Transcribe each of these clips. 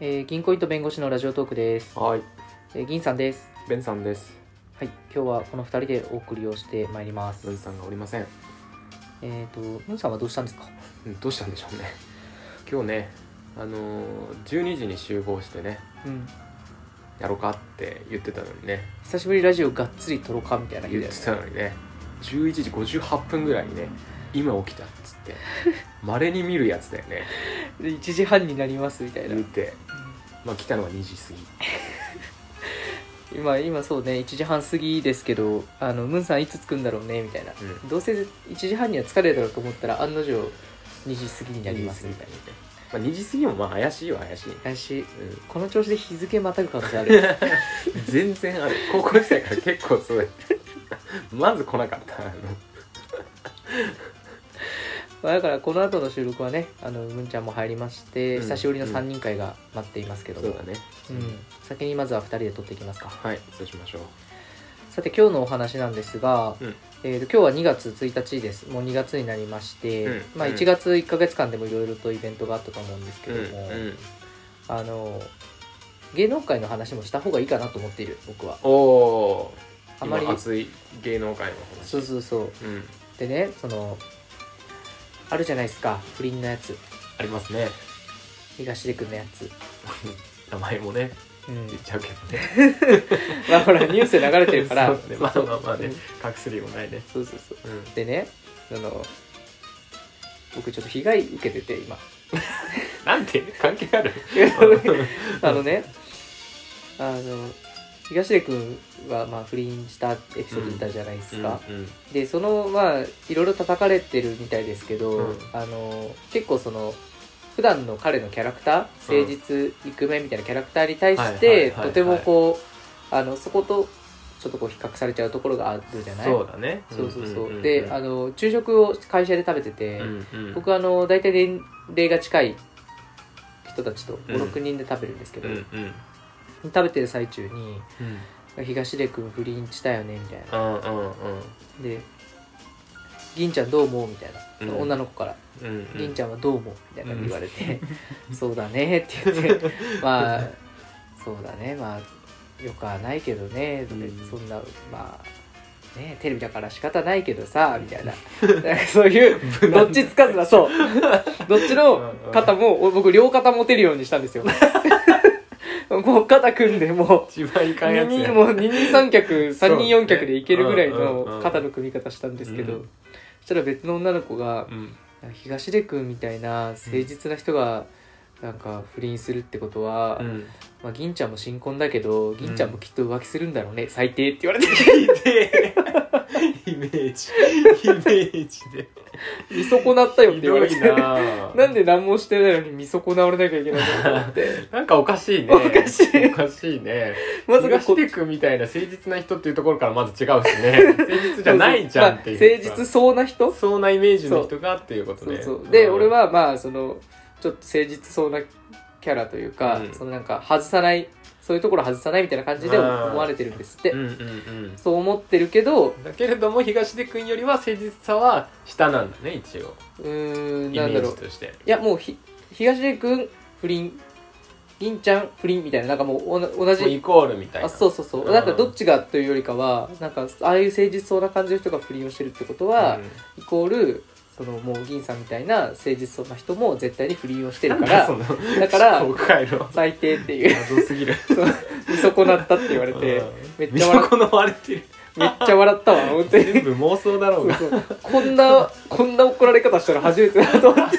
えー銀行員と弁護士のラジオトークです、はい、えー銀さんですベンさんです。はい今日はこの2人でお送りをしてまいりますベンさんがおりません。えっ、とムンさんはどうしたんですかうんどうしたんでしょうね。 今日ね、あのー、12時に集合してね、うんやろうかって言ってたのにね、久しぶりラジオがっつり撮ろうかみたいな言って たのにね、11時58分ぐらいにね、今起きたっつって、 稀に見るやつだよね、 1時半になりますみたいな、言って、まあ来たのは2時過ぎ。今今そうね1時半過ぎですけどあのムンさんいつ着くんだろうねみたいな、うんどうせ1時半には疲れたろうと思ったら案の定2時過ぎになりますみたいなまあ2時過ぎもまあ怪しいは怪しい。私うん この調子で日付またぐ可能性ある全然ある高校時代から結構そうだった まず来なかったあのまあだからこの後の収録はねあのムンちゃんも入りまして、うん久しぶりの3人会が待っていますけどそも、うだねうん先にまずは2人で撮っていきますかはいそうしましょうさて今日のお話なんですが、うんえーと今日は2月1日ですもう2月になりまして、うんまあ、うん1月1か月間でもいろいろとイベントがあったと思うんですけうんども、あの芸能界の話もした方がいいかなと思っている僕はおおあまり今熱い芸能界の話そうそうそううんでねそのあるじゃないですか不倫のやつありますね 東出君のやつ名前もねうん言っちゃうけどねまあほらニュースで 流れてるから そうねまあまあまあねうん隠す理由もないねそうそうそううんでねあの僕ちょっと被害受けてて今なんて関係 あるあのねあの東出君はまあ不倫したエピソードいたじゃないですか、うんうんでそのまあいろいろ叩かれてるみたいですけど、うんあの結構その普段の彼のキャラクター誠実、イクメンみたいなキャラクターに対しはいはいてはいはいとてもこうあのそことちょっとこう比較されちゃうところがあるじゃないそうだねそうそうそう,、んんんんであの昼食を会社で食べてて、うんうん僕はあの大体年齢が近い人たちとうん56人で食べるんですけうど、んうん食べてる最中にうん「東出君不倫したよね」みたいなうんうんうんで「銀ちゃんどう思う?」みたいな、そのうん女の子からうん「うん銀ちゃんはどう思う?」みたいな言われて「そうだね」って言 って「まあそうだねまあよくはないけどね」とか言ってうんそんなまあねテレビだから仕方ないけどさ」みたいななんかそういうどっちつかずなそうどっちの肩もお僕両肩持てるようにしたんで すよもう肩組んでもう一番いかんやつ二や人もう二人三脚そう三人四脚でいけるぐらいうんうんうのん肩の組み方したんですけど、うんそしたら別の女の子がうん「東出君みたいな誠実な人がなんか不倫するってことは、 うんまあ、銀ちゃんも新婚だけど銀ちゃんもきっと浮気するんだろうね、最低」って言 われてイメージイメージ で見損なったよってひ言わ どれていななんで何もしてないのに見損なわれなきゃいけないの と思ってなんかおかしいねおかしいおかしいねまさか東こ出君みたいな誠実な人っていうところからまず違うし ね誠実じゃないじゃんっていまうあか誠実そうな人そうなイメージの人がっていうことそうねそうで、うん俺はまあそのちょっと誠実そうなキャラというか、うんそのなんか外さないそういうところ外さないみたいな感じでうん思われてるんですって、うんうんうんそう思ってるけどだけれども東出君よりは誠実さは下なんだね一応うーんイメなんだーろジうとしていやもうひ東出君不倫銀ちゃん不倫みたいななんかもうおな同もうイじコールみたいなあそうそうそう、うんなんかどっちがというよりかはなんかああいう誠実そうな感じの人が不倫をしてるってことは、イコールそのもう銀さんみたいな誠実そうな人も絶対に不倫をしてうるんかなんらそのだから思考回路最低っていう 謎すぎるそう見損なったって言われてめっ見ちゃ笑っ損なわれ てるめっちゃ笑ったわ本当に全部妄想だろうがそうそうこんなこんな怒られ方したら初めてだと思って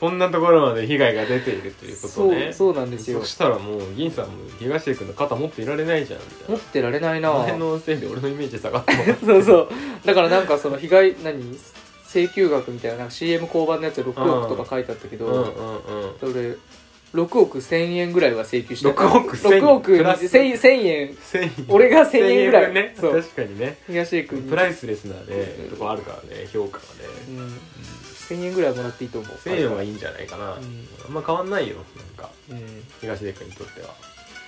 こんなところまで被害が出ているということそうねそうなんですよそしたらもう銀さんも東出君の肩持っていられないじゃんみたい持なってられないなお前のせいで俺のイメージ下がったもんそうそうだからなんかその被害何請求額みたいななんか CM 交番のやつで6億とか書いてあったけうんどうんうん俺6億1000円ぐらいは請求してた6億1000 6億プラス1000 1000円1000円俺が1000円ぐらい1000ねそう確かにね東出君にプライスレスなねうんとこあるからね評価がうねん1000円ぐらいはもらっていいと思う1000円はいいんじゃないかなうあんんま変わんないよなんかうん東出君にとって は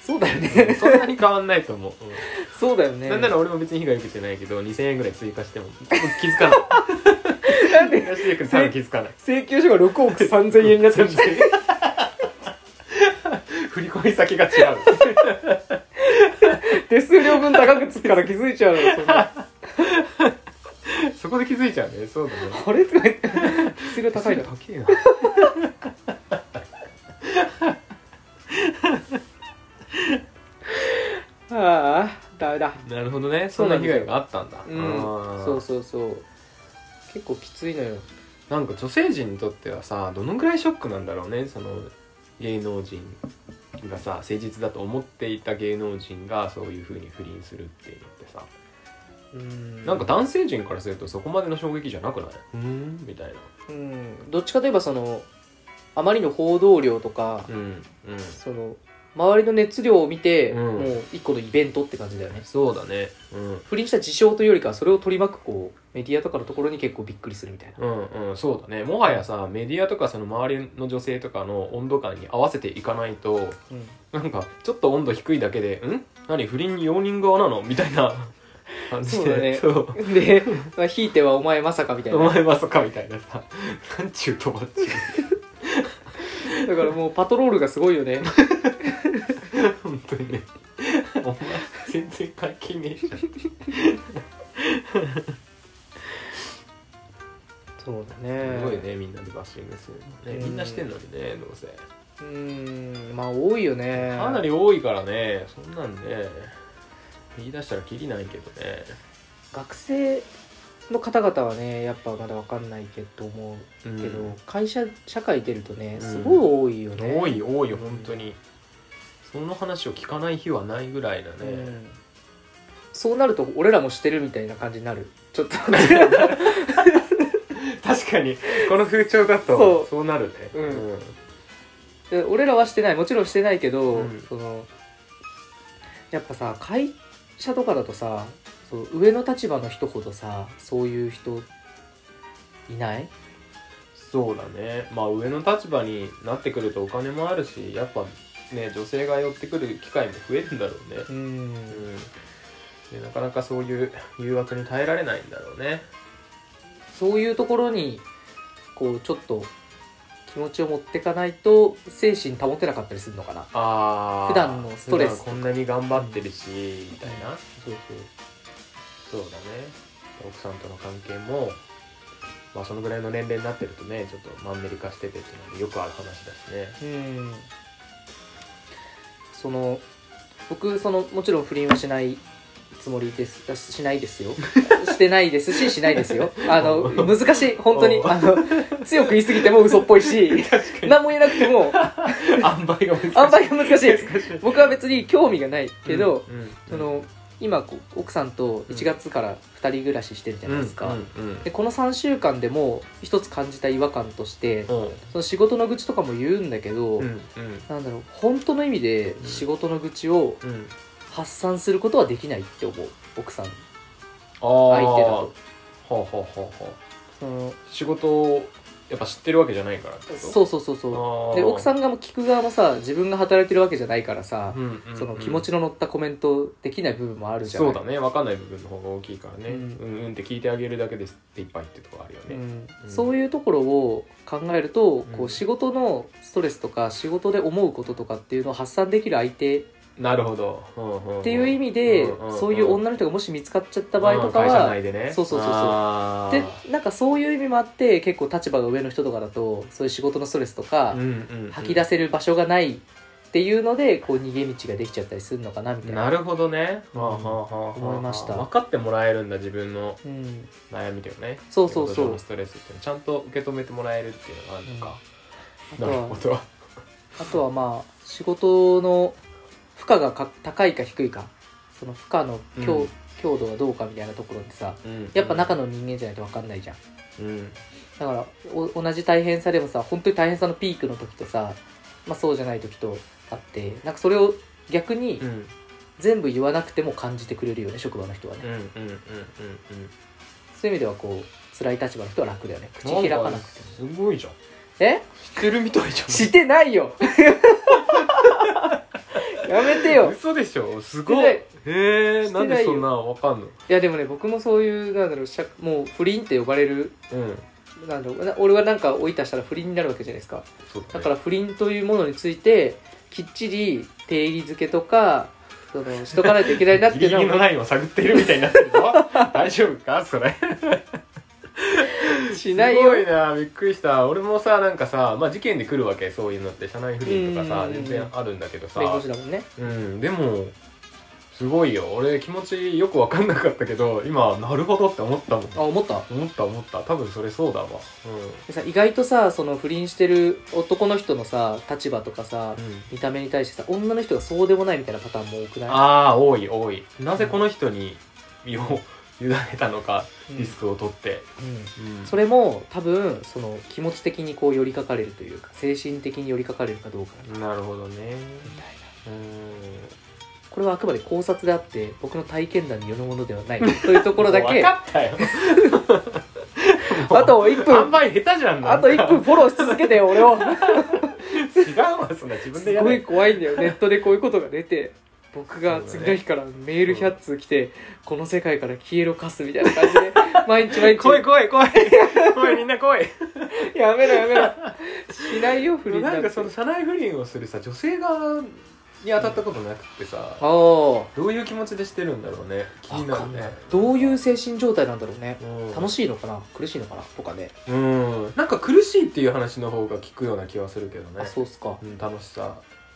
そうだようんねそんなに変わんないと思ううんそうだよねなんなら俺も別に被害受けてないけど2000円ぐらい追加しても気づかないなんで東出君多分気づかない 請求書が6億3000円になってる全然恋先が違う手数料分高くつくから気づいちゃうのそんなそこで気づいちゃうねそうだねあれとか言って手数料高いな 高えなああダメだなるほどねそんな被害があったんだうんあーそうそうそう結構きついのよなんか女性陣にとってはさどのぐらいショックなんだろうねその芸能人がさ誠実だと思っていた芸能人がそういうふうに不倫するっていうのってさうんなんか男性陣からするとそこまでの衝撃じゃなくないうんみたいなうんどっちかといえばそのあまりの報道量とか、うんうんその周りの熱量を見て、うんもう一個のイベントって感じだよねそうだねうん不倫した事象というよりかはそれを取り巻くこうメディアとかのところに結構びっくりするみたいなうんうん、そうだねもはやさメディアとかその周りの女性とかの温度感に合わせていかないとなんかちょっと温度低いだけで「ん何不倫に容認側なの?」みた いな感じでそうだねそううん、 でまあひいてはお前まさかみたいおな前まさかみたいなさなんちゅう友達だからもうパトロールがすごいよね本 当にねお前全然関係ねえじゃんそうだすごいねねみんなでバッシングするのねうんみんなしてんのにねどうせうーんまあ多いよねかなり多いからねそんなんね言い出したらきりないけどね学生の方々はねやっぱまだわかんないけど思ううけど、ん会社社会出るとねうんすごい多いよね、多い多い本当にその話を聞かない日はないぐらいだうねんそうなると俺らもしてるみたいな感じになるちょっと確かにこの風潮だそうそうなるねうんで 俺らはしてないもちろんしてないけど、うんそのやっぱさ会社とかだとさそう上の立場の人ほどさそういう人いないそうだねまあ上の立場になってくるとお金もあるしやっぱね女性が寄ってくる機会も増えるんだろうねうんうんでなかなかそういう誘惑に耐えられないんだろうねそういうところにこうちょっと気持ちを持ってかないと精神保てなかったりするのかなあー普段のストレス普段こんなに頑張ってるしみたいなそうそうだね奥さんとの関係もまあそのぐらいの年齢になってるとねちょっとマンネリ化しててっていうのはよくある話だし ねそううんその僕そのもちろん不倫はしないつもりですあしないです よしてないですししないですよあの難しい本当におうあの強く言い過ぎても嘘っぽいし確何も言えなくて も塩梅が難しい塩梅が難しい難しい僕は別に興味がないけど、うんうんその今こう奥さんと1月から2人暮らししてるじゃないですか、うんうんうんでこの3週間でもう一つ感じた違和感として、うんその仕事の愚痴とかも言うんだけど、うんなんだろう本当の意味でうん仕事の愚痴をうん発散することはできないって思う奥さんああ相手だとほうほうほうほうその仕事をやっぱ知ってるわけじゃないからってことそうそうそうそううで奥さん、んがもう聞く側もさ自分が働いてるわけじゃないからさ、うんうんうんその気持ちの乗ったコメントできない部分もあるじゃなそいうだね分かんない部分の方が大きいからね、うんうんうんって聞いてあげるだけですっていっぱいってとこあるようね、んうんそういうところを考えると、うんこう仕事のストレスとか仕事で思うこととかっていうのを発散できる相手っなるほど、うんんんていう意味で、うんんんそういう女の人がもし見つかっちゃった場合とかうん会社は、内でねそうそうそうそうあーでなんかそういう意味もあって結構立場が上の人とかだとそういう仕事のストレスとか、うんうんうん吐き出せる場所がないっていうのでこう逃げ道ができちゃったりするのかなみたいな。なるほどね、うんはあはあはあはあ思いました分かってもらえるんだ自分のうん、悩みというねそうそうそう仕事上のストレスっていうのちゃんと受け止めてもらえるっていうのがあるのか、あとなるほはどあとはまあ仕事の負荷がか高いか低いかその負荷の強,、うん強度がどうかみたいなところってさうんやっぱ中の人間じゃないと分かんないじゃんうんだからお同じ大変さでもさ本当に大変さのピークの時とさ、まあ、そうじゃない時とあってなんかそれを逆にうん全部言わなくても感じてくれるよね職場の人はね、うんうんうそんうんういう意味ではこう辛い立場の人は楽だよね口うん開かなくてもすごいじゃんえ知ってるみたいじゃんしてないよ やめてよ嘘でしょすしごいてないへえしてなないよんでそんなわかんのいやでもね僕もそういうなんだろうしゃもう不倫って呼ばれるうんなんだろうな俺はなんか追い足したら不倫になるわけじゃないですかそうだだねから不倫というものについてきっちり定義づけとかそのしとかないといけないなってギいうリギリののはラインを探っているみたいになってるぞ大丈夫かそれしないすよごいなびっくりした俺もさなんかさ、まあ、事件で来るわけそういうのって社内不倫とかさうん全然あるんだけどさ弁護士だもんねうんでもすごいよ俺気持ちよく分かんなかったけど今なるほどって思ったもんあ思った思った思った多分それそうだわうでさ意外とさその不倫してる男の人のさ立場とかさ、ん、見た目に対してさ女の人がそうでもないみたいなパターンも多くなああ多い多いなぜこの人に身を委ねたのかいリスクを取って、うんうんそれも多分その気持ち的にこう寄りかかれるというか精神的に寄りかかれるかどうかみなるほどねたいなうんこれはあくまで考察であって僕の体験談によるものではないというところだ もうけ分かったよ あと1販分売下手じゃんあと1分フォローし続けてよ俺を違うわそんな自分ですやごるい怖いんだよネットでこういうことが出て僕が次の日からメール100通来て、この世界から消えろかすみたいな感じで毎日毎日来い来い 来い来いみんな来いやめろやめろしないよ不倫なんてかその社内不倫をするさ女性側に当たったことなくってさ、あどういう気持ちでしてるんだろうね気あに分なかるんねないどういう精神状態なんだろうねうん楽しいのかな苦しいのかなとかねうんなんか苦しいっていう話の方が聞くような気はするけどねあそうっすかうん、楽しさ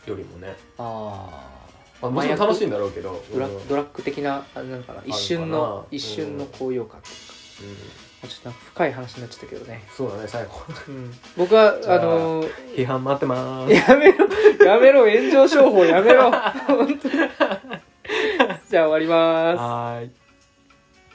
よりもね、あまあ、もちろん楽しいんだろうけどードラうんドラッグ的なあれなのかなる一瞬かなの一瞬の高揚感っていうかうんあちょっとなんか深い話になっちゃったけどね、そうだね最後僕はじゃああのー 批判待ってまー すやめろやめろ炎上商法やめろ本当にじゃあ終わりますはーい